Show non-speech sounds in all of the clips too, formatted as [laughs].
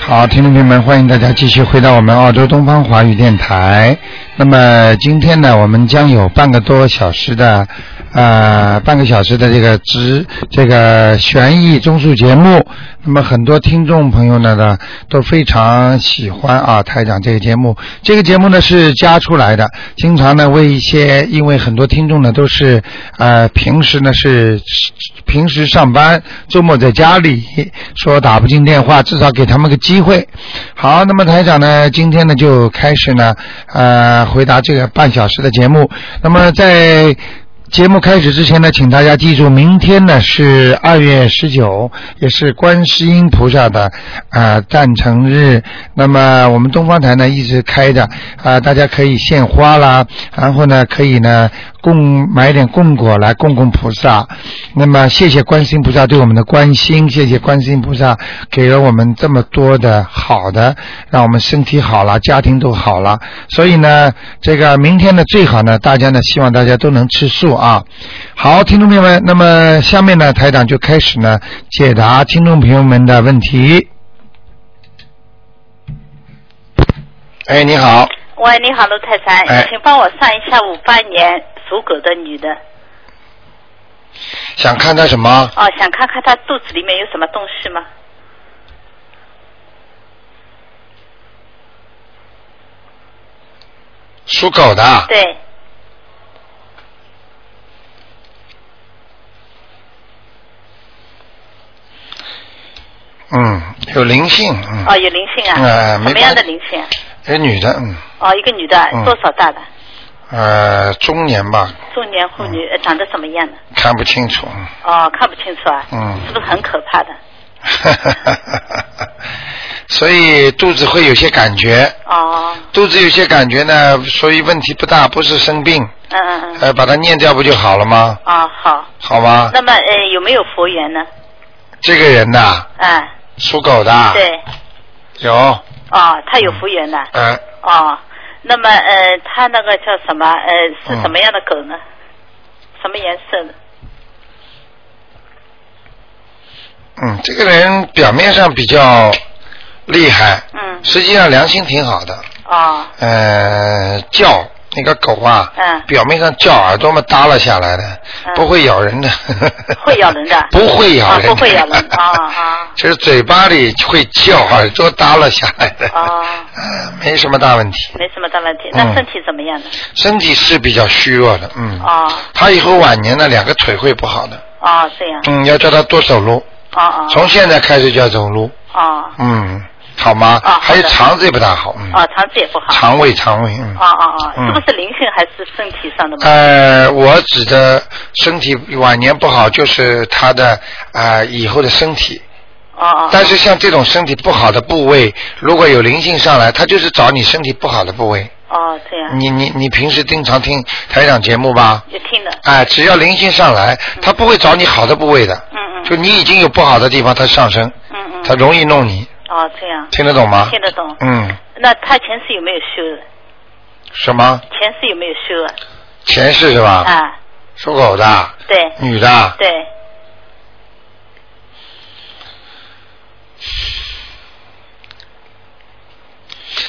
好，听众朋友们，欢迎大家继续回到我们澳洲东方华语电台。那么今天呢，我们将有半个多小时的，呃，半个小时的这个直这个悬疑综述节目。那么很多听众朋友呢呢都非常喜欢啊台长这个节目。这个节目呢是加出来的，经常呢为一些，因为很多听众呢都是呃平时呢是平时上班，周末在家里，说打不进电话，至少给他们个机会。好，那么台长呢，今天呢就开始呢，呃，回答这个半小时的节目。那么在节目开始之前呢，请大家记住，明天呢是二月十九，也是观世音菩萨的啊、呃诞辰日。那么我们东方台呢一直开着啊、大家可以献花啦，然后呢可以呢供买点供果来供供菩萨。那么谢谢观世音菩萨对我们的关心，谢谢观世音菩萨给了我们这么多的好的，让我们身体好了，家庭都好了。所以呢，这个明天呢最好呢，大家呢希望大家都能吃素啊。好，听众朋友们，那么下面呢台长就开始呢解答听众朋友们的问题。哎，你好，喂，你好，卢太太，哎请帮我算一下五八年属狗的女的，想看他什么？哦，想看看她肚子里面有什么东西吗？属狗的，对，嗯，有灵性，嗯，哦，有灵性啊，哎没什么样办法的灵性啊？有女的，嗯，哦，一个女的，嗯多少大的？呃，中年吧，中年妇女，嗯呃长得什么样呢？看不清楚，嗯 [laughs] 哦，看不清楚啊，嗯是不是很可怕的？所以肚子会有些感觉，哦，肚子有些感觉呢，所以问题不大，不是生病，嗯嗯嗯，呃，把它念掉不就好了吗？哦好，好吗？那么呃有没有佛缘呢？这个人呐，啊，属狗的，对，有，哦，她有佛缘呢，呃，哦，那么呃她那个叫什么呃是什么样的狗呢？什么颜色的？嗯，这个人表面上比较厉害，嗯，实际上良心挺好的，哦，呃，叫那个狗啊，嗯表面上叫，耳朵嘛耷拉下来的，嗯不会咬人的， [laughs] 会咬人的 [laughs] 不会咬人的，啊不会咬人啊 [laughs] 啊就是嘴巴里会叫，耳朵耷拉下来的， [laughs] 哦嗯没什么大问题，没什么大问题。嗯那身体怎么样呢？身体是比较虚弱的，嗯，哦他以后晚年呢，两个腿会不好的，哦，这样，嗯，要叫他多走路，哦哦从现在开始就要走路，哦嗯，好吗？啊好的还有肠子也不大好，嗯，哦，肠子也不好。肠胃肠胃，嗯，哦哦哦，嗯是不是灵性还是身体上的嘛？呃，我指的身体晚年不好，就是他的呃以后的身体。哦哦，啊但是像这种身体不好的部嗯位，如果有灵性上来，他就是找你身体不好的部位。哦这样，你你你平时经常听台长节目吧？也听了，哎、只要灵性上来，他不会找你好的部位的。嗯嗯就你已经有不好的地方，他上升，嗯嗯，他容易弄你，哦这样，听得懂吗？听得懂。嗯，那他前世有没有修的？什么前世有没有修啊？前世是吧？啊，属狗的，对女的，对，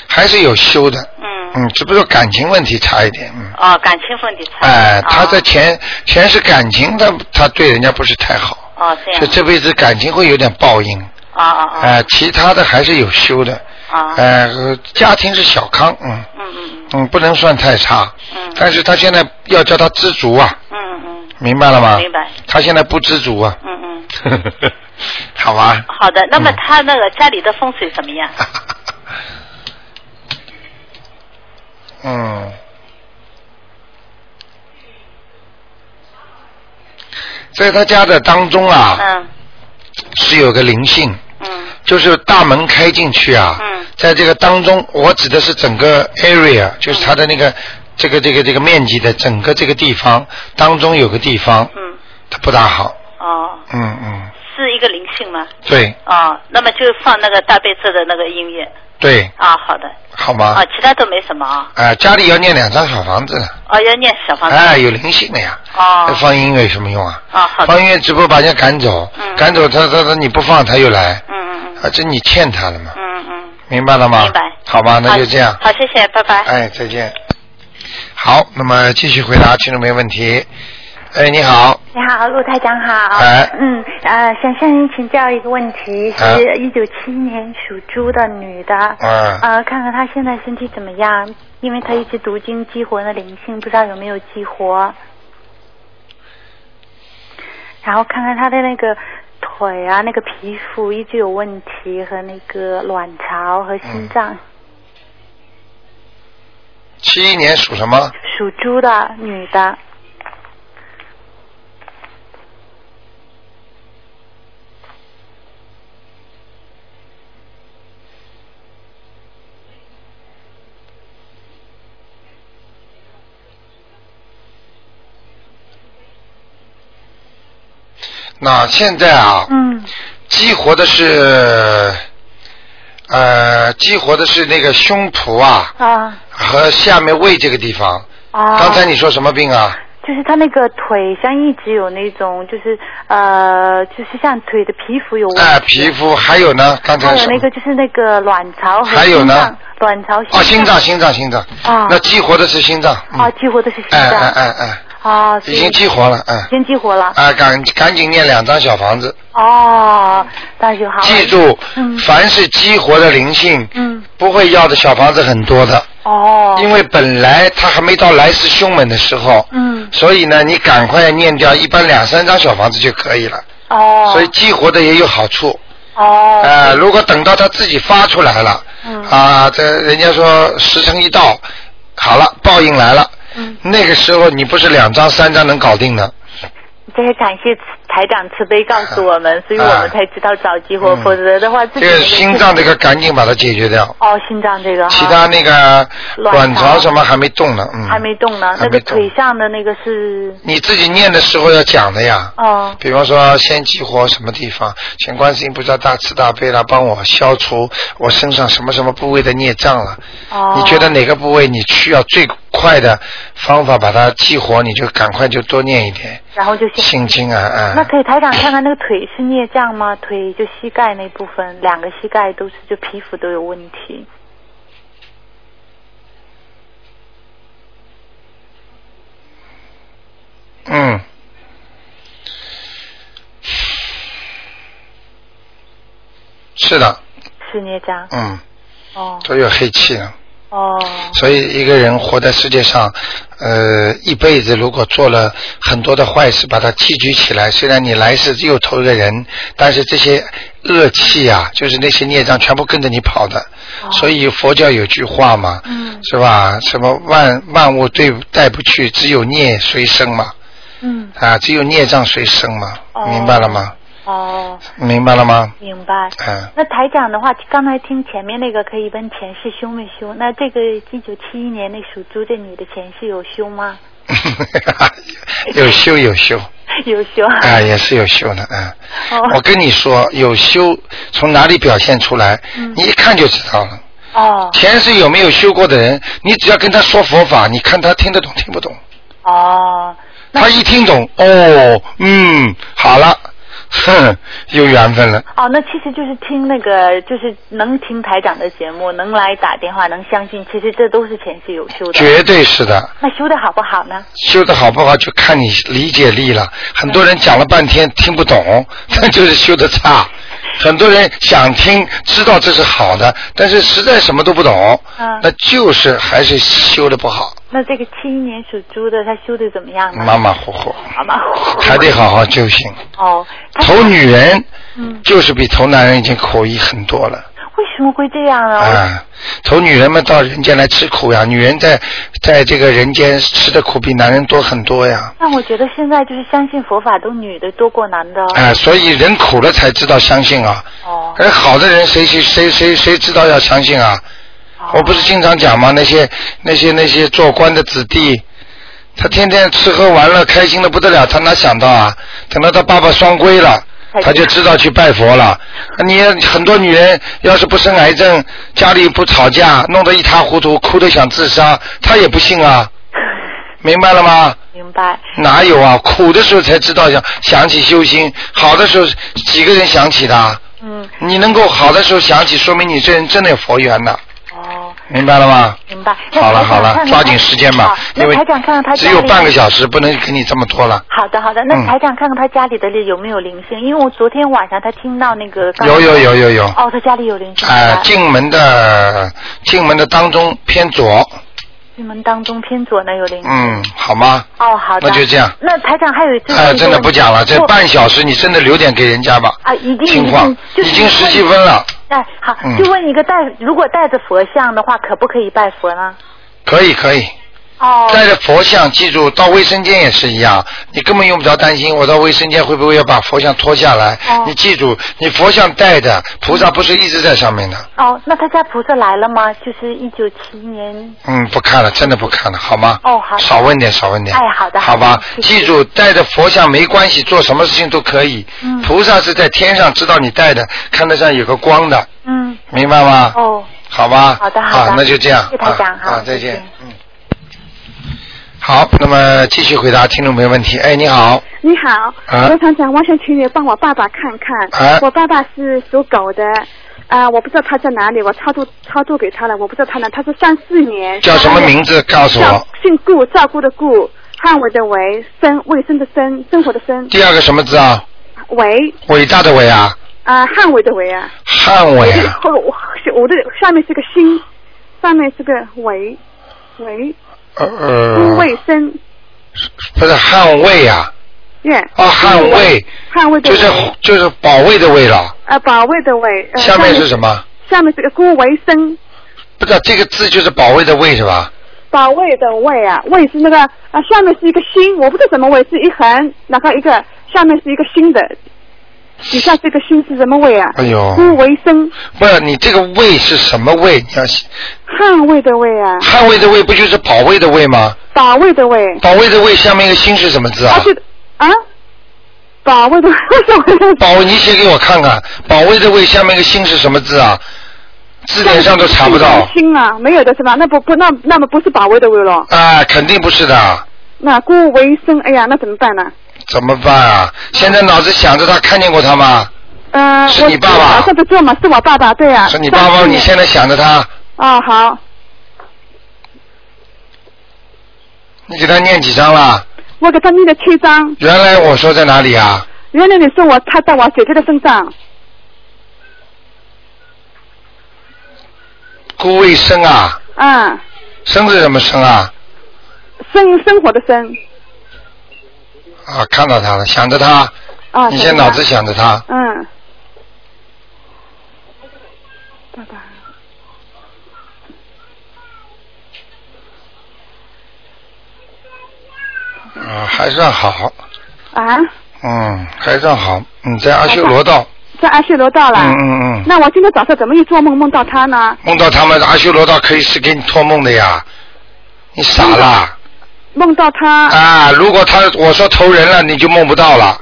还是有修的。嗯，嗯，只不过感情问题差一点，嗯，哦，感情问题差。哎，哦他在前前世感情，他他对人家不是太好，哦这样所以，这辈子感情会有点报应，哦哦哦哎，其他的还是有修的，哦，哎，呃家庭是小康，嗯嗯嗯嗯，不能算太差，嗯嗯但是他现在要叫他知足啊，嗯嗯明白了吗？嗯，明白，他现在不知足啊， [laughs] 嗯嗯。好吧，好的，那么嗯他那个家里的风水怎么样？嗯， [laughs] 在他家的当中啊，嗯是有个灵性，嗯就是大门开进去啊，嗯在这个当中，我指的是整个 area，就是它的那个、这个这个这个面积的整个这个地方当中有个地方，嗯，它不大好，哦，嗯嗯，是一个灵性吗？对哦，那么就放那个大悲咒的那个音乐对，啊，好的，好吗？啊，啊、其他都没什么啊，家里要念两张小房子呢，哦，要念小房子，哎，有灵性的呀，哦那，放音乐有什么用啊？啊，好的，放音乐只不过把人家赶走，嗯赶走他他他你不放他又来，嗯嗯嗯啊，这你欠他了嘛？嗯嗯明白了吗？明白。好吧，那就这样。好，谢谢，拜拜。哎，再见。好，那么继续回答听众朋友问题。哎，你好。你好，陆台长好。哎嗯，呃，想向您请教一个问题，哎是一九七年属猪的女的，嗯呃，看看她现在身体怎么样，因为她一直读经激活了灵性，不知道有没有激活。然后看看她的那个腿啊，那个皮肤一直有问题，和那个卵巢和心脏。嗯七一年属什么？属猪的女的，那现在啊，嗯，激活的是，呃，激活的是那个胸脯啊啊和下面胃这个地方。啊。刚才你说什么病啊？就是他那个腿上一直有那种，就是呃，就是像腿的皮肤有问题。哎，皮肤还有呢？刚还才有什么那个就是那个卵巢和还有呢心脏卵巢哦，心脏脏，心脏，心脏。啊那激活的是心脏。嗯啊，激活的是心哎脏哎哎哎，啊，所以已经激活了，嗯已。经激活了啊，赶赶紧念两张小房子，哦，那就好了。哎记住，嗯凡是激活的灵性，嗯不会要的小房子很多的，哦，因为本来他还没到来势凶猛的时候，嗯所以呢，你赶快念掉，一般两三张小房子就可以了。哦，所以激活的也有好处，哦呃，如果等到他自己发出来了，嗯啊，这人家说时辰一到，好了，报应来了，嗯，那个时候你不是两张三张能搞定的，这也感谢台长慈悲告诉我们，所以我啊们才知道早激活，嗯否则的话自这己个心脏这个赶紧把它解决掉。哦，心脏这个哈其他那个卵卵巢巢什么还没动呢，嗯，还没动呢，还那没个动腿上的那个是，你自己念的时候要讲的呀。哦比方说，先激活什么地方，请观世音菩萨大慈大悲啦，帮我消除我身上什么什么部位的孽障了。哦，你觉得哪个部位你需要最快的方法把它激活，你就赶快就多念一点然后就先。心经啊啊。那可以台长看看那个腿是孽障吗？腿就膝盖那部分，两个膝盖都是就皮肤都有问题。嗯。是的，是孽障，嗯，哦都有黑气了。哦所以一个人活在世界上，呃，一辈子如果做了很多的坏事，把它积聚起来，虽然你来世又投一个人，但是这些恶气啊，就是那些孽障全部跟着你跑的。所以佛教有句话嘛，嗯是吧？什么万万物对带不去，只有孽随身嘛，嗯啊，只有孽障随身嘛，哦明白了吗？哦，明白了吗？明白。嗯，那台长的话，刚才听前面那个可以问前世凶没凶？那这个一九七一年那属猪这女的前世有凶吗？ [laughs] 有修有修。有凶。啊，也是有修的，嗯。 [laughs] 哦我跟你说，有修从哪里表现出来？嗯你一看就知道了。哦前世有没有修过的人，你只要跟他说佛法，你看他听得懂听不懂。哦，那他一听懂，哦，嗯，好了，哼，有缘分了。哦，那其实就是听那个，就是能听台长的节目，能来打电话，能相信，其实这都是前世有修的。绝对是的，那修的好不好呢？修的好不好就看你理解力了。很多人讲了半天听不嗯懂，那就是修的差。很多人想听，知道这是好的，但是实在什么都不懂，嗯那就是还是修的不好。那这个七一年属猪的，他修的怎么样呢？马马虎虎，马马虎虎还得好好修行。哦，他投女人嗯，就是比投男人已经苦一很多了为什么会这样呢？啊！投女人们到人间来吃苦呀，女人在在这个人间吃的苦比男人多很多呀。但我觉得现在就是相信佛法都女的多过男的。啊，所以人苦了才知道相信啊。哦，而好的人谁谁谁谁谁知道要相信啊？哦我不是经常讲吗？那些那些那些做官的子弟，他天天吃喝玩乐，开心的不得了，他哪想到啊？等到他爸爸双规了，才他就知道去拜佛了。你很多女人要是不生癌症，家里不吵架，弄得一塌糊涂，哭得想自杀，她也不信啊，明白了吗？ [laughs] 明白。哪有啊？苦的时候才知道想想起修心，好的时候几个人想起的啊？嗯，你能够好的时候想起，说明你这人真的有佛缘呐，哦，明白了吗？明白。那好了台长好了看，看抓紧时间吧好，因那为台长看看他只有家里半个小时，不能给你这么拖了。好的，好的。嗯那台长看看他家里的有没有灵性，因为我昨天晚上他听到那个刚有有有有有，哦，他家里有灵性。呃啊，进门的进门的当中偏左，进门当中偏左呢有灵性。嗯，好吗？哦，好的。那就这样那台长还有最后一哎，个真的问不题讲了，这我半小时你真的留点给人家吧。啊，一定情一况定就是已经十几问分了，哎，好嗯，就问一个带，如果带着佛像的话，可不可以拜佛呢？可以可以。哦，带着佛像，记住到卫生间也是一样，你根本用不着担心我到卫生间会不会要把佛像脱下来。哦你记住，你佛像带的，菩萨不是一直在上面的。哦，那他家菩萨来了吗？就是一九七年，嗯，不看了，真的不看了，好吗？哦好的少问点，少问点。哎好的好吧，好的谢谢记住带着佛像没关系，做什么事情都可以。嗯菩萨是在天上知道你带的，看得上有个光的，嗯，明白吗？哦，好吧，好的好的啊，那就这样，谢谢台长啊好啊，再谢谢见，嗯。好，那么继续回答听众朋友问题。哎，你好，你好，啊罗厂长，我想请你帮我爸爸看看。啊我爸爸是属狗的，啊、我不知道他在哪里，我超度超度给他了，我不知道他呢，他是三四年。叫什么名？字？告诉叫我。姓顾，照顾的顾，捍卫的维，生卫生的生，生活的生，第二个什么字啊？维伟大的伟啊，啊、捍卫的维啊。汉伟 [laughs] 啊，后我是我的下面是个心，上面是个维，维呃顾呃，卫生，不是汉卫啊，耶、哦，汉卫，捍卫的就维是就是保卫的卫了。呃保卫的卫。呃、下面是什么？下面是个顾维生。不知道这个字就是保卫的卫是吧？保卫的卫啊，卫是那个啊，下面是一个心，我不知道什么卫，是一横，然后一个下面是一个心的，底下这个心是什么卫啊？哎呦，孤为生，不是你这个卫是什么卫？你要啊捍卫的卫啊，捍卫的卫不就是保卫的卫吗？保卫的卫，保卫的卫下面一个心是什么字啊而？且啊，保卫的为什么？保，你写给我看看，保卫的卫下面一个心是什么字啊？字典上都查不到心啊，没有的是吧？那不不那那么不是保卫的卫咯？啊，肯定不是的，那孤为生，哎呀，那怎么办呢？怎么办啊？现在脑子想着他看见过他吗？呃，是我你爸爸马上就做嘛，是我爸爸，对啊。是你爸爸，上次你现在想着他，啊好，你给他念几张了？我给他念了七张，原来我说在哪里啊？原来你是我插在我姐姐的身上。顾卫生啊，啊，生是什么生啊？生生活的生啊，看到他了，想着他，啊。你小现在姑脑娘子想着他，嗯。爸爸，啊，还算好，啊，嗯，还算好，嗯，在阿修罗道，在阿修罗道了。嗯嗯嗯，那我今天早上怎么又做梦梦到他呢？梦到他们阿修罗道可以是给你托梦的呀，你傻啦梦到他，啊！如果他我说投人了，你就梦不到了。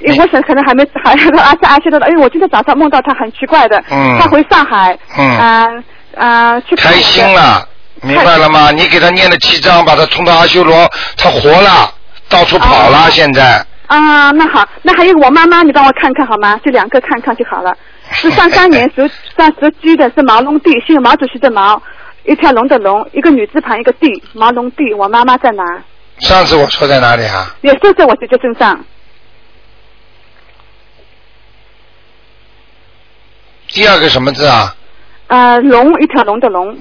因为我想可能还没 [laughs] 还还阿在阿修罗道，因为我今天早上梦到他很奇怪的，嗯他回上海，嗯啊、啊、去看我开的心，了，明白了吗？你给他念了七章，把他冲到阿修罗，他活了，到处跑了，哦现在。啊、那好，那还有我妈妈，你帮我看看好吗？就两个看看就好了。是上三年 [laughs] 属上属鸡的，是毛龙地，姓毛主席的毛，一条龙的龙，一个女字旁一个地，毛龙地。我妈妈在哪？上次我说在哪里啊？也就在我姐姐身上。第二个什么字啊？呃，龙一条龙的龙，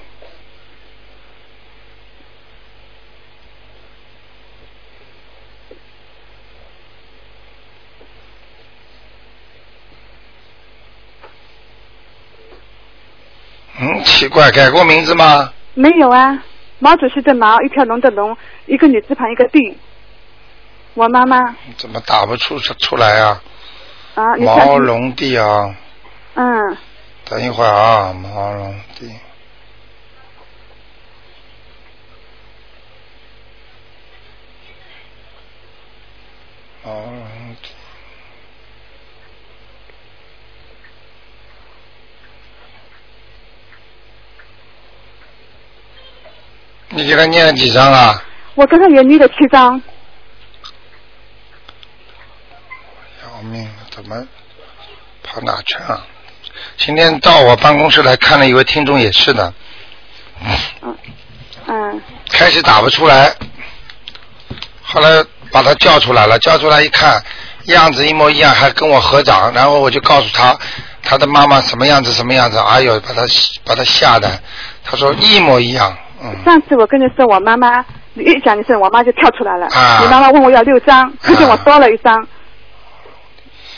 嗯，奇怪，改过名字吗？没有啊。毛主席的毛，一条龙的龙，一个女字旁一个地。我妈妈怎么打不出出来啊？啊，你毛想龙帝啊，嗯，等一会儿啊，毛龙帝。毛龙帝。你给他念了几张啊？我刚才也念了七张，要命了，怎么跑哪去啊？今天到我办公室来看了一位听众，也是的，嗯，开始打不出来，后来把他叫出来了，叫出来一看，样子一模一样，还跟我合掌，然后我就告诉他，他的妈妈什么样子什么样子，哎呦，把他把他吓的，他说一模一样，嗯，上次我跟你说我妈妈，你一讲你说我妈就跳出来了，啊你妈妈问我要六张，可是我多了一张，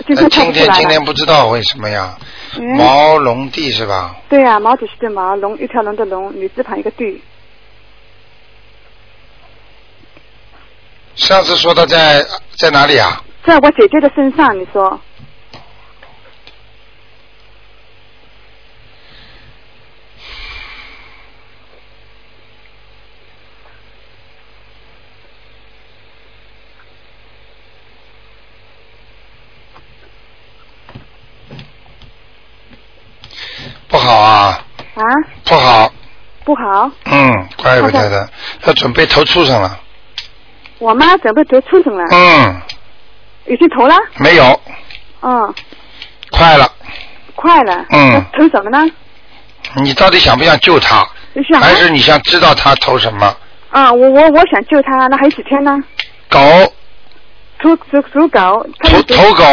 今那今天跳不出天来今天了。不知道为什么呀，嗯，毛龙地是吧？对呀、毛主席的毛，龙一条龙的龙，女字旁一个地，上次说他在在哪里啊？在我姐姐的身上，你说啊不好啊，啊不好，不好，嗯，怪不得好的，他准备投畜生了，我妈准备得畜生了，嗯，已经投了，没有，嗯，快了，快了，嗯那投什么呢？你到底想不想救他？你想啊还是你想知道他投什么？啊，我我我想救他，那还有几天呢？狗属属属狗，他投是投狗，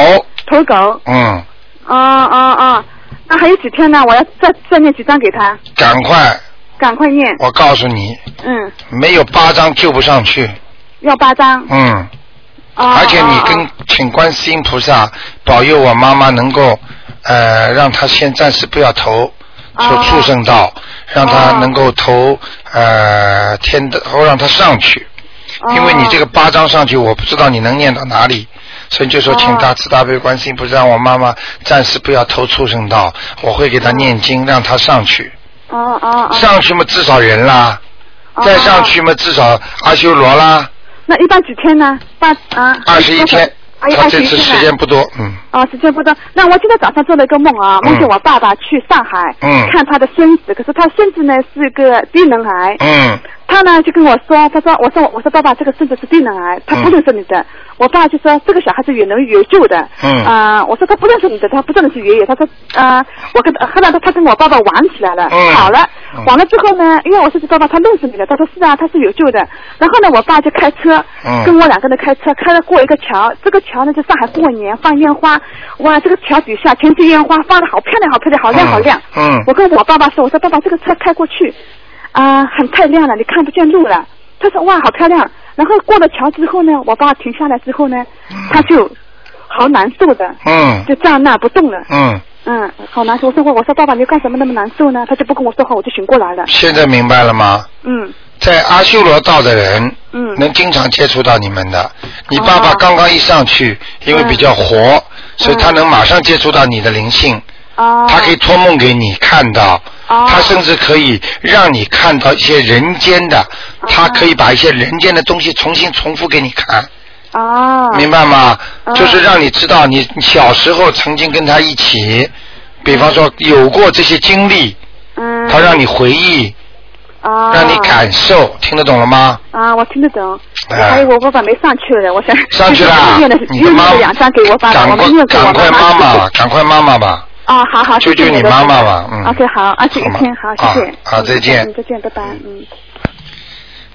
投狗，嗯，啊啊啊！那还有几天呢？我要再再念几张给他，赶快，赶快念。我告诉你，嗯，没有八张救不上去，要八张。嗯，啊、而且你啊跟啊请观世音菩萨保佑我妈妈能够，呃，让她先暂时不要投。哦畜畜生道，让她哦能够投呃天的，后让她上去，哦因为你这个八张上去，我不知道你能念到哪里，所以就说请哦大慈大悲观世音菩萨，让我妈妈暂时不要投畜生道，我会给她念经，让她上去，哦哦哦，上去嘛至少人啦，哦再上去嘛至少阿修罗啦，那一般几天呢？八啊。二十一天，哎呀，她二这十一次天时啊间不多，嗯，啊，时间不多。那我今天早上做了一个梦啊，梦见我爸爸去上海、嗯看他的孙子，可是他孙子呢是个低能癌，嗯，他呢就跟我说，他说我说我说爸爸这个孙子是低能嗯癌，他不认识你的。我爸就说这个小孩子有能有救的。嗯啊、我说他不认识你的，他不知道你是爷爷。他说啊、我跟后来他他跟我爸爸玩起来了，嗯好了嗯，完了之后呢，因为我说是爸爸他认识你了，他说是啊，他是有救的。然后呢，我爸就开车，嗯跟我两个人开车，开了过一个桥，这个桥呢就上海过年放烟花，哇，这个桥底下全是烟花，放的好漂亮，好漂亮，好亮，好亮。嗯嗯我跟我爸爸说，我说爸爸这个车开过去，啊、很太亮了，你看不见路了。他说哇，好漂亮。然后过了桥之后呢，我爸停下来之后呢，他就好难受的，嗯，就站那不动了。嗯，嗯，好难受。我说我说爸爸，你干什么那么难受呢？他就不跟我说话，我就醒过来了。现在明白了吗？嗯在阿修罗道的人，嗯能经常接触到你们的。你爸爸哦嗯刚刚一上去，因为比较活，所以他能马上接触到你的灵性，啊，他可以托梦给你看到，哦他甚至可以让你看到一些人间的，哦他可以把一些人间的东西重新重复给你看，啊，明白吗？哦就是让你知道你你小时候曾经跟他一起，比方说有过这些经历，嗯，他让你回忆，啊，让你感受，听得懂了吗？啊，我听得懂。哎还有我爸爸没上去了，我想上去 [laughs] 啦念了！你又的妈念了两张给我爸爸，赶我快们念给我赶快妈妈妈吧，赶快妈妈吧。啊，好好，救谢谢救你你的妈妈吧分享嗯 OK，好，二十一好吗天，好，谢谢。啊好嗯再见嗯，再见，拜拜，嗯。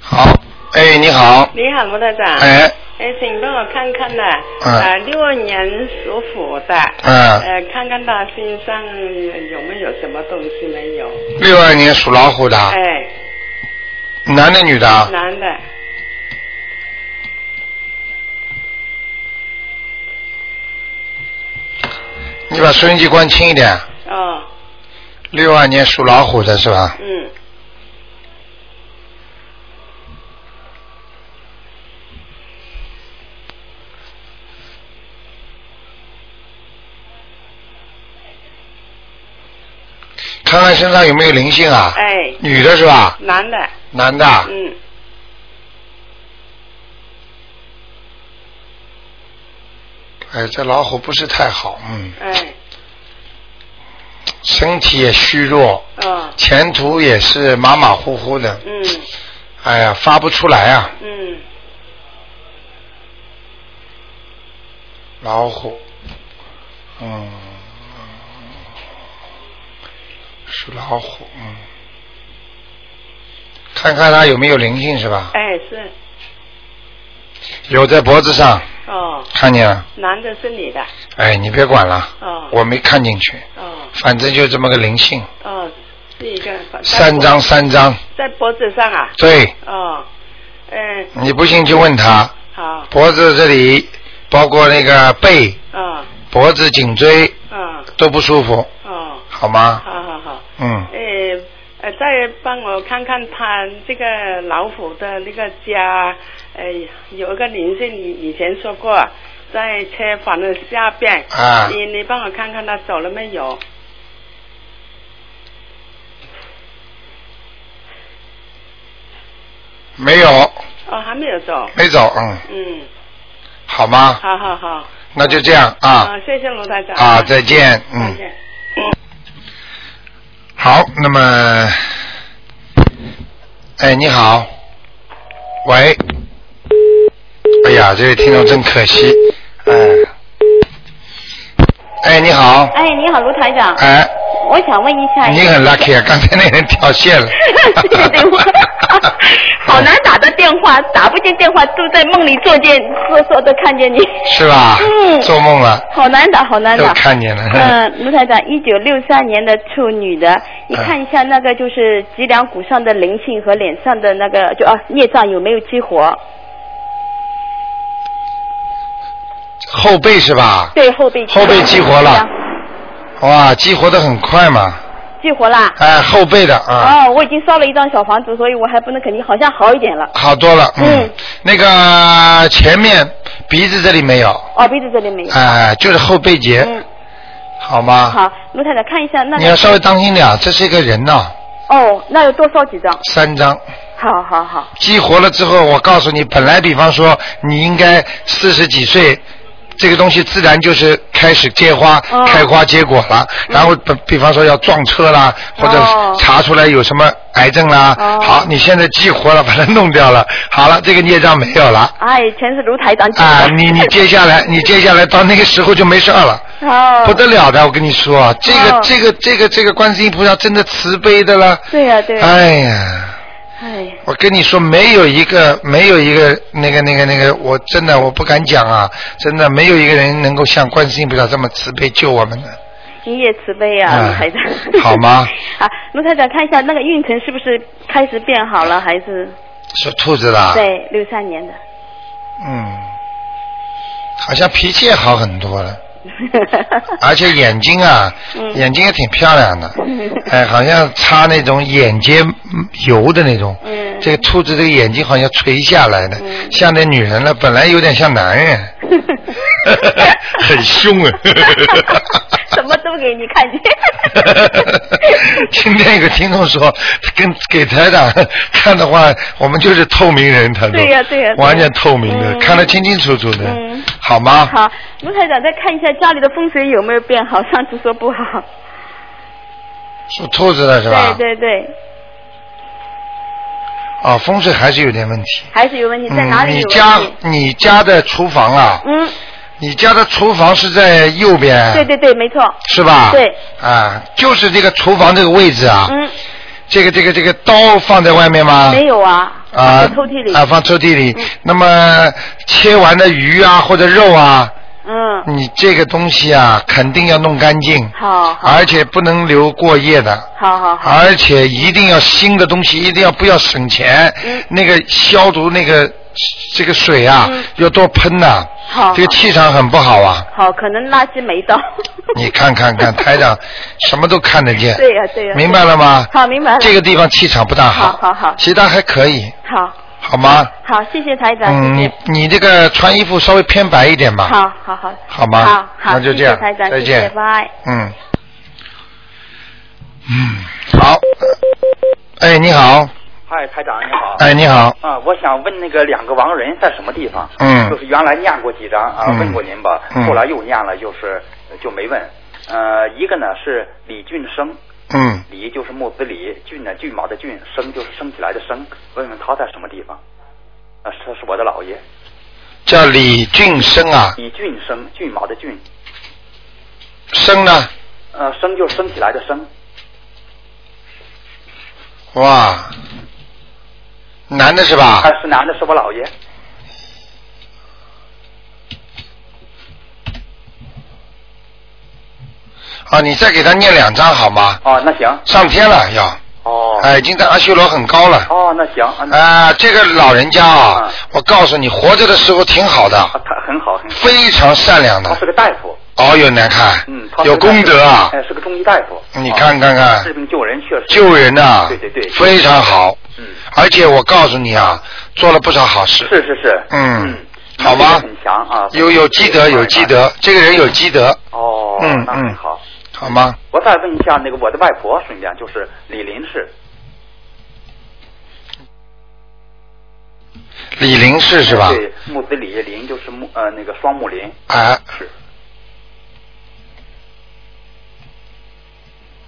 好，哎，你好，你好，罗台长。嗯哎，哎，请帮我看看呢、嗯呃，六二年属虎的。嗯呃，看看他身上有没有什么东西没有？六二年属老虎的，哎，男的女的啊？男的，你把收音机关轻一点。哦，六二年属老虎的是吧？嗯，看看身上有没有灵性啊？哎，女的是吧？男的，男的啊，嗯，哎，这老虎不是太好，嗯，哎，身体也虚弱，哦，前途也是马马虎虎的，嗯哎呀，发不出来啊，嗯，老虎，嗯，嗯属老虎，嗯，看看它有没有灵性是吧？哎，是有在脖子上，哦，看见了。男的是女的，哎，你别管了，哦我没看进去，哦反正就这么个灵性，哦，是一个在三张三张，在脖子上啊，对，哦，嗯，你不信就问他，好，脖子这里，包括那个背、哦脖子、颈椎哦都不舒服，哦，好吗？好好好，嗯，哎。呃，再帮我看看他这个老虎的那个家，呃，有一个灵性，你以前说过，在车房的下边，啊你你帮我看看他走了没有？没有，哦，还没有走，没走，嗯，嗯，好吗？好好好，那就这样啊，谢谢卢台长啊，再见，嗯。见。好，那么，哎，你好，喂，哎呀，这位听众真可惜，哎，哎，你好，哎，你好，卢台长，哎，我想问一下，，你很 lucky 啊，刚才那人掉线了对 [laughs] 对对，我 [laughs] 好难打的电话，打不进电话，都在梦里做见，做做都看见你，是吧？嗯做梦了，好难打，好难都打。看见了，嗯，卢台长，一九六三年的处女嗯的，你看一下那个就是脊梁骨上的灵性和脸上的那个就啊孽障有没有激活？后背是吧？对，后背后背激活了，哇，激活的很快嘛，激活啦。哎，后背的啊。哦，我已经烧了一张小房子，所以我还不能肯定，好像好一点了。好多了，嗯那个前面鼻子这里没有，哦，鼻子这里没有。哎、就是后背节，嗯，好吗？好，卢太太看一下那个。啊你要稍微当心点，这是一个人呐、哦，那要多烧几张。三张好好好，激活了之后，我告诉你，本来比方说你应该四十几岁。这个东西自然就是开始结花、哦嗯开花结果了，然后比比方说要撞车啦，或哦者查出来有什么癌症啦。哦好，你现在激活了，把它弄掉了，好了，这个孽障没有了。哎，全是卢台长指啊，的。你你接下来，你接下来到那个时候就没事儿了， [laughs] 哦，不得了的，我跟你说，这个、哦这个这个这个观世音菩萨真的慈悲的了。对呀、对呀、哎呀，哎，我跟你说，没有一个没有一个那个那个那个，我真的我不敢讲啊，真的没有一个人能够像观世音菩萨这么慈悲救我们的。你也慈悲呀、哎卢台长。好吗？啊，卢台长看一下那个运程是不是开始变好了，还是说兔子啦， [laughs] 对六 [laughs] 三年的？嗯，好像脾气也好很多 [laughs] 了。而且眼睛啊，嗯眼睛也挺漂亮 [laughs] 的，哎，好像擦那种眼睫油的那种。嗯这个兔子这个眼睛好像垂下来的，嗯像那女人了，本来有点像男 [laughs] 人， [laughs] 很凶啊。 [laughs] 什么都给你看见。 [laughs] 今天有个听众说，跟给台长看的话，我们就是透明人，他说对呀对呀对呀完全透明的，嗯看得清清楚楚的，嗯好吗？好，卢台长再看一下家里的风水有没有变好，上次说不好。属兔子的是吧？对对对，啊，风水还是有点问题。还是有问题，在哪嗯，里你有家问题？你家的厨房啊，嗯，你家的厨房是在右边，对对对，没错。是吧？对。啊，就是这个厨房这个位置啊，嗯，这个这个这个刀放在外面吗？没有啊，啊放在抽屉里。嗯啊，放抽屉里。那么切完的鱼啊或者肉啊，嗯，你这个东西啊肯定要弄干净，好好而且不能留过夜的。好好好，而且一定要新的东西，一定要不要省钱。嗯那个消毒那个这个水啊，嗯要多喷呐、好！这个气场很不好啊 [laughs] 好，可能垃圾没到。 [laughs] 你看看看，台长什么都看得见。对呀对呀明白了吗？好明白了这个地方气场不大好。好好好其他还可以，好，好吗？好，谢谢台长，嗯，谢你谢。你这个穿衣服稍微偏白一点吧。好好好，好吗？好好，那就这谢样，谢台长，再谢见，谢，拜。 [laughs] 嗯，嗯，好。哎，你好，嗨，台长你好。哎，你好，啊，我想问那个两个亡人在什么地方？嗯就是原来念过几张啊，嗯问过您吧，嗯后来又念了，就是就没问。呃，一个呢是李俊生，嗯，李就是木子李，俊呢骏马的骏，生就是升起来的升，问问他在什么地方？啊，他是我的姥爷，叫李俊生啊，李俊生，骏马的骏，生呢？呃，升就是升起来的升，哇，男的是吧？他啊是男的，是我姥爷。啊，你再给他念两张好吗？哦，那行。上天了要，哦。哎，已经在阿修罗很高了。哦，那行。啊那啊，这个老人家啊嗯，我告诉你，活着的时候挺好啊的，他很好，很好。非常善良他的是，个大夫。哦哟，难看嗯，他，是有个大夫功德啊，哎，是个中医大夫。你哦看看看治病救人确实。救人呐、对对对。非常好，嗯，而且我告诉你啊，做了不少好事，是是是。嗯好能力吗很强啊。有有积德，有积。德，这个人有积德，哦，嗯那嗯很好。好吗？我再问一下，那个我的外婆，顺便就是李林氏，李林氏是吧？对，木子李林就是木呃那个双木林，啊，是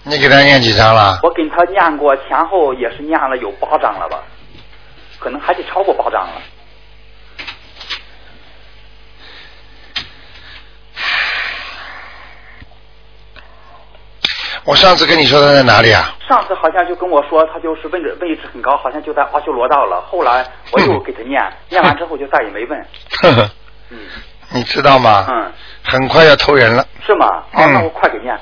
你给他念几张了？我给他念过，前后也是念了有八章了吧，可能还得超过八章了。我上次跟你说他在哪里 [laughs] 啊？上次好像就跟我说，他就是位置位置很高，好像就在阿修罗道了。后来我又给他念，念完之后就再也没问。呵呵，嗯你知道吗？嗯，很快要投人了，是吗？哦，嗯那我快给念。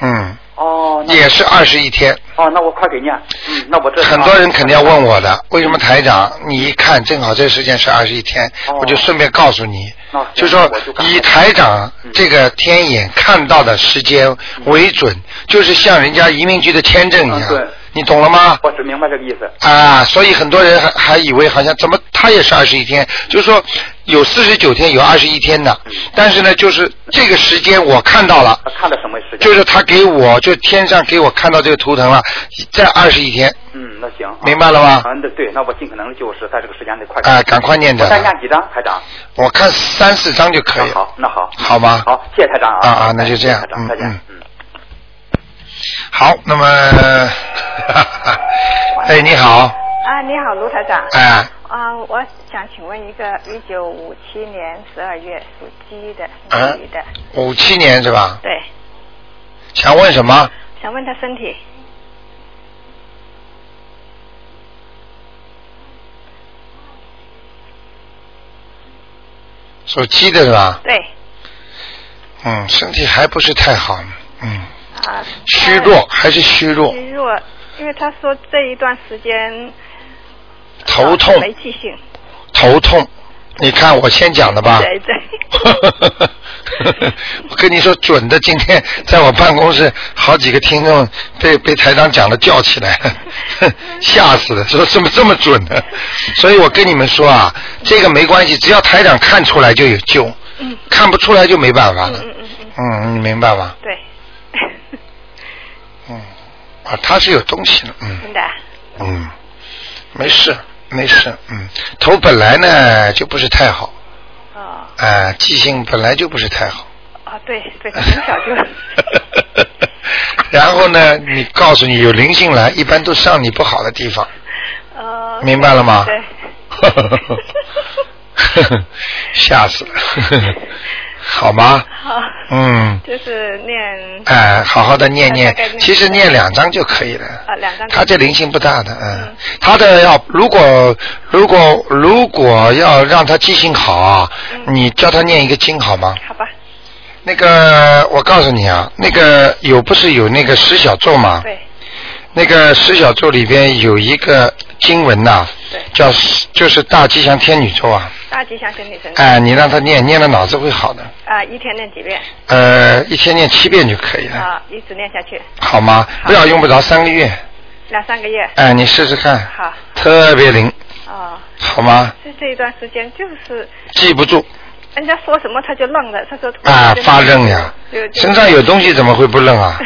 嗯，哦，那也是二十一天。哦，那我快给念。嗯，那我这啊很多人肯定要问我的，为什么台长？你一看正好这时间是二十一天，哦我就顺便告诉你那行，就说我就赶快以台长嗯这个天眼看到的时间为准，就是像人家移民局的签证一嗯对样，你懂了吗？我只明白这个意思。啊，所以很多人还还以为好像怎么他也是二十一天，就是说有四十九天，有二十一天的，嗯但是呢，就是这个时间我看到了，他看到什么时间？就是他给我就天上给我看到这个图腾了，在二十一天，嗯，那行，明白了吗？嗯，对对，那我尽可能就是在这个时间内快。哎赶快念着我再念几张，台长。我看三四张就可以那。好，那好，好吗好，谢谢台长啊。啊啊那就这样谢谢台长嗯再见。嗯嗯。好，那么， [laughs] 哎，你好，啊，你好，卢台长。哎，啊，我想请问一个一九五七年十二月属鸡的嗯女的，五七年是吧？对，想问什么？想问她身体。属鸡的是吧？对，嗯，身体还不是太好，嗯，啊，虚弱还是虚弱，虚弱，因为她说这一段时间头痛啊没记性，头痛。你看我先讲的吧。对对， [laughs] 我跟你说准的，今天在我办公室好几个听众被被台长讲的叫起来 [laughs] 了，吓死了，说怎么这么准呢？所以我跟你们说啊，这个没关系，只要台长看出来就有救，看不出来就没办法了。嗯嗯嗯，嗯，你明白吧？对，嗯，啊，他是有东西的，嗯。真的啊，嗯，没事，没事，嗯，头本来呢就不是太好，哦啊、记性本来就不是太好。哦，对对，从小就 [laughs] 然后呢，你告诉你有灵性来，一般都上你不好的地方，呃，明白了吗？对， [laughs] 吓死 [laughs] 了，好吗？好，嗯，就是念哎、好好的念大念概，念其实念两张就可以了。啊两张他这灵性不大的，嗯，他的要如果如果如果要让他记性好啊，嗯你教他念一个经好吗？好吧，那个我告诉你啊，那个有不是有那个十小咒吗？对，那个十小咒里边有一个经文呐、对叫就是大吉祥天女咒啊，大吉祥身体身体哎，你让他念，念了脑子会好的，啊，一天念几遍呃，一天念七遍就可以了，啊，一直念下去，好吗？不要用不着三个月，两三个月。哎，你试试看，好，特别灵，啊、好吗？在这一段时间就是记不住人家说什么他就愣了，他说啊，发愣呀对，对身上有东西怎么会不愣 [laughs] 啊？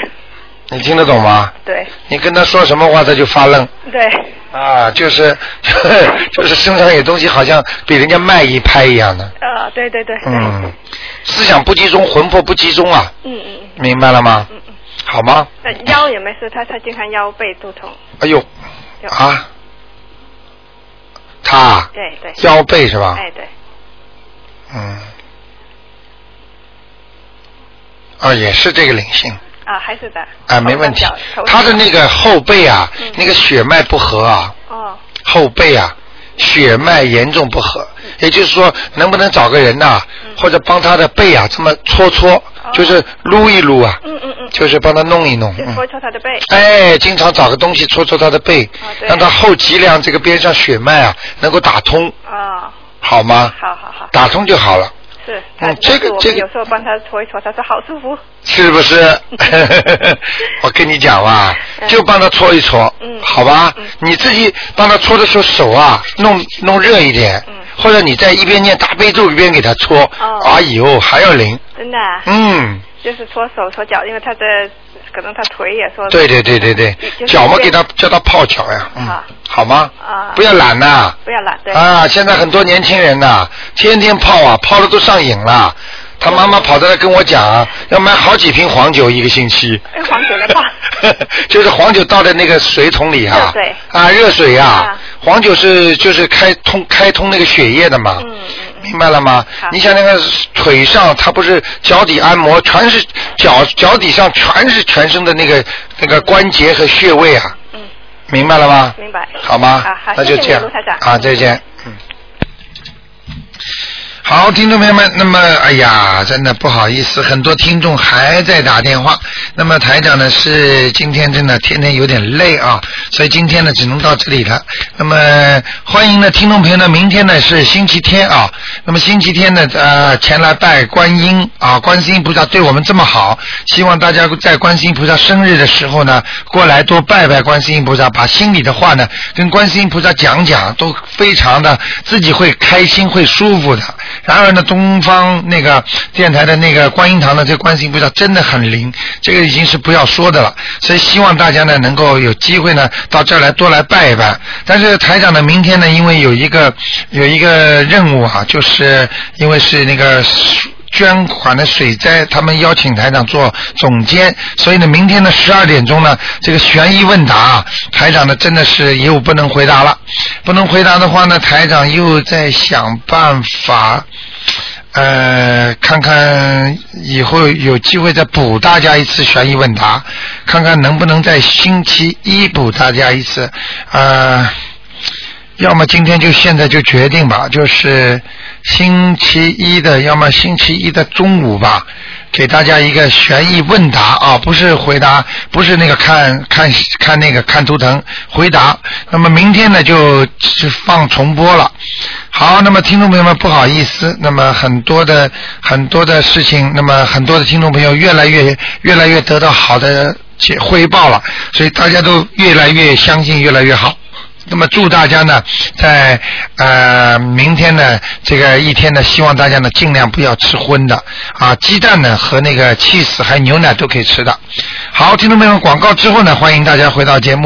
你听得懂吗？对你跟他说什么话，他就发愣对啊，就是 [laughs] 就是身上有东西，好像比人家慢一拍一样的，啊、对对对，对嗯，思想不集中，魂魄不集中啊，嗯嗯嗯明白了吗？嗯嗯，好吗？那腰也没事，他他经常腰背肚痛，哎呦，有啊，他啊对对，腰背是吧？哎对，嗯，啊，也是这个灵性，啊，还是的。啊，没问题头上角。他的那个后背啊，嗯那个血脉不和啊，哦，后背啊，血脉严重不和。嗯也就是说，能不能找个人呐、或者帮他的背啊，这么搓搓，就是撸一撸啊，哦嗯嗯嗯，就是帮他弄一弄。就嗯搓搓他的背。哎，经常找个东西搓搓他的背，哦对让他后脊梁这个边上血脉啊能够打通，哦，好吗？好好好，打通就好了，是。他嗯这个但是我这们个有时候帮他搓一搓，他说好舒服。是 [laughs] 不是？我跟你讲啊，就帮他搓一搓，嗯好吧？你自己帮他搓的时候手啊，弄弄热一点，或者你在一边念大悲咒一边给他搓，嗯哦哎呦还要灵，真的啊、嗯，就是搓手搓脚，因为他的可能他腿也说。对对对对对就，是脚嘛一给边他叫他泡脚呀，嗯好，好吗？啊不要懒呐、不要懒，对。啊，现在很多年轻人呐、天天泡啊，泡的都上瘾了。他妈嗯妈跑到来跟我讲啊，要买好几瓶黄酒一个星期。哎黄酒 [laughs] 来泡就是黄酒倒在那个水桶里热啊水，啊热水啊啊，黄酒是就是开通开通那个血液的嘛，嗯嗯明白了吗好？你想那个腿上，它不是脚底按摩，全是脚脚底上全是全身的那个那个关节和穴位啊，嗯，明白了吗？明白。好吗？啊好那就谢谢这样卢台长啊，再见。嗯。好，听众朋友们，那么哎呀，真的不好意思，很多听众还在打电话。那么台长呢是今天真的天天有点累啊，所以今天呢只能到这里了。那么欢迎呢听众朋友呢，明天呢是星期天啊，那么星期天呢呃前来拜观音啊，观世音菩萨对我们这么好，希望大家在观世音菩萨生日的时候呢过来多拜拜观世音菩萨，把心里的话呢跟观世音菩萨讲讲，都非常的自己会开心会舒服的。然而呢，东方那个电台的那个观音堂的这个观世音菩萨真的很灵，这个已经是不要说的了。所以希望大家呢能够有机会呢到这儿来多来拜一拜。但是台长呢，明天呢因为有一个有一个任务啊，就是因为是那个。捐款的水灾，他们邀请台长做总监，所以呢，明天的十二点钟呢，这个悬疑问答啊，台长呢真的是业务不能回答了，不能回答的话呢，台长又在想办法，呃，看看以后有机会再补大家一次悬疑问答，看看能不能在星期一补大家一次，呃。要么今天就现在就决定吧，就是星期一的，要么星期一的中午吧，给大家一个悬疑问答啊，不是回答，不是那个看看看那个看图腾回答。那么明天呢就就放重播了。好，那么听众朋友们不好意思，那么很多的很多的事情，那么很多的听众朋友越来越越来越得到好的解汇报了，所以大家都越来越相信，越来越好。那么祝大家呢，在呃明天呢这个一天呢，希望大家呢尽量不要吃荤的啊，鸡蛋呢和那个 cheese 还有牛奶都可以吃的。好，听众朋友们，广告之后呢，欢迎大家回到节目。